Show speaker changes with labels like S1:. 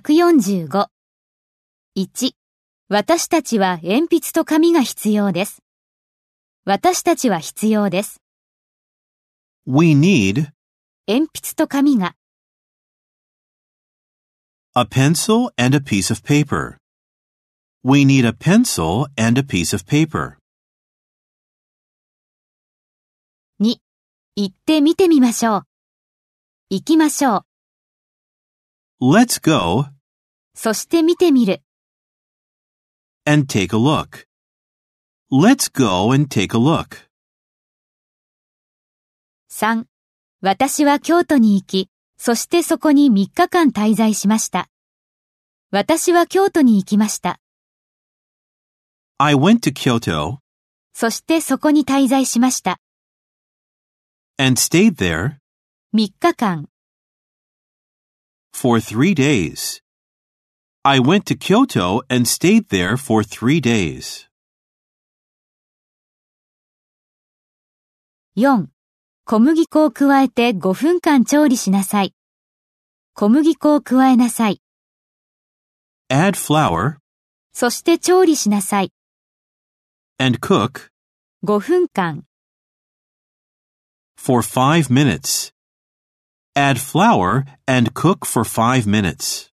S1: 145。1. 私たちは鉛筆と紙が必要です。私たちは必要です。
S2: We need
S1: 鉛筆と紙が
S2: a pencil and a piece of paper. We need a pencil and a piece of paper.
S1: 2. 行って見てみましょう。行きましょう。
S2: Let's go
S1: そして見てみる。
S2: and take a look. Let's go and take a look.
S1: 3. 私は京都に行き、そしてそこに3日間滞在しました。私は京都に行きました。
S2: I went to Kyoto
S1: そしてそこに滞在しました。
S2: and stayed there
S1: 3日間。
S2: for three days. I went to Kyoto and stayed there for three days.
S1: 4. 小麦粉を加えて5分間調理しなさい。小麦粉を加えなさい。
S2: Add flour
S1: そして調理しなさい。
S2: and cook
S1: 5分間。
S2: for five minutes. Add flour and cook for five minutes.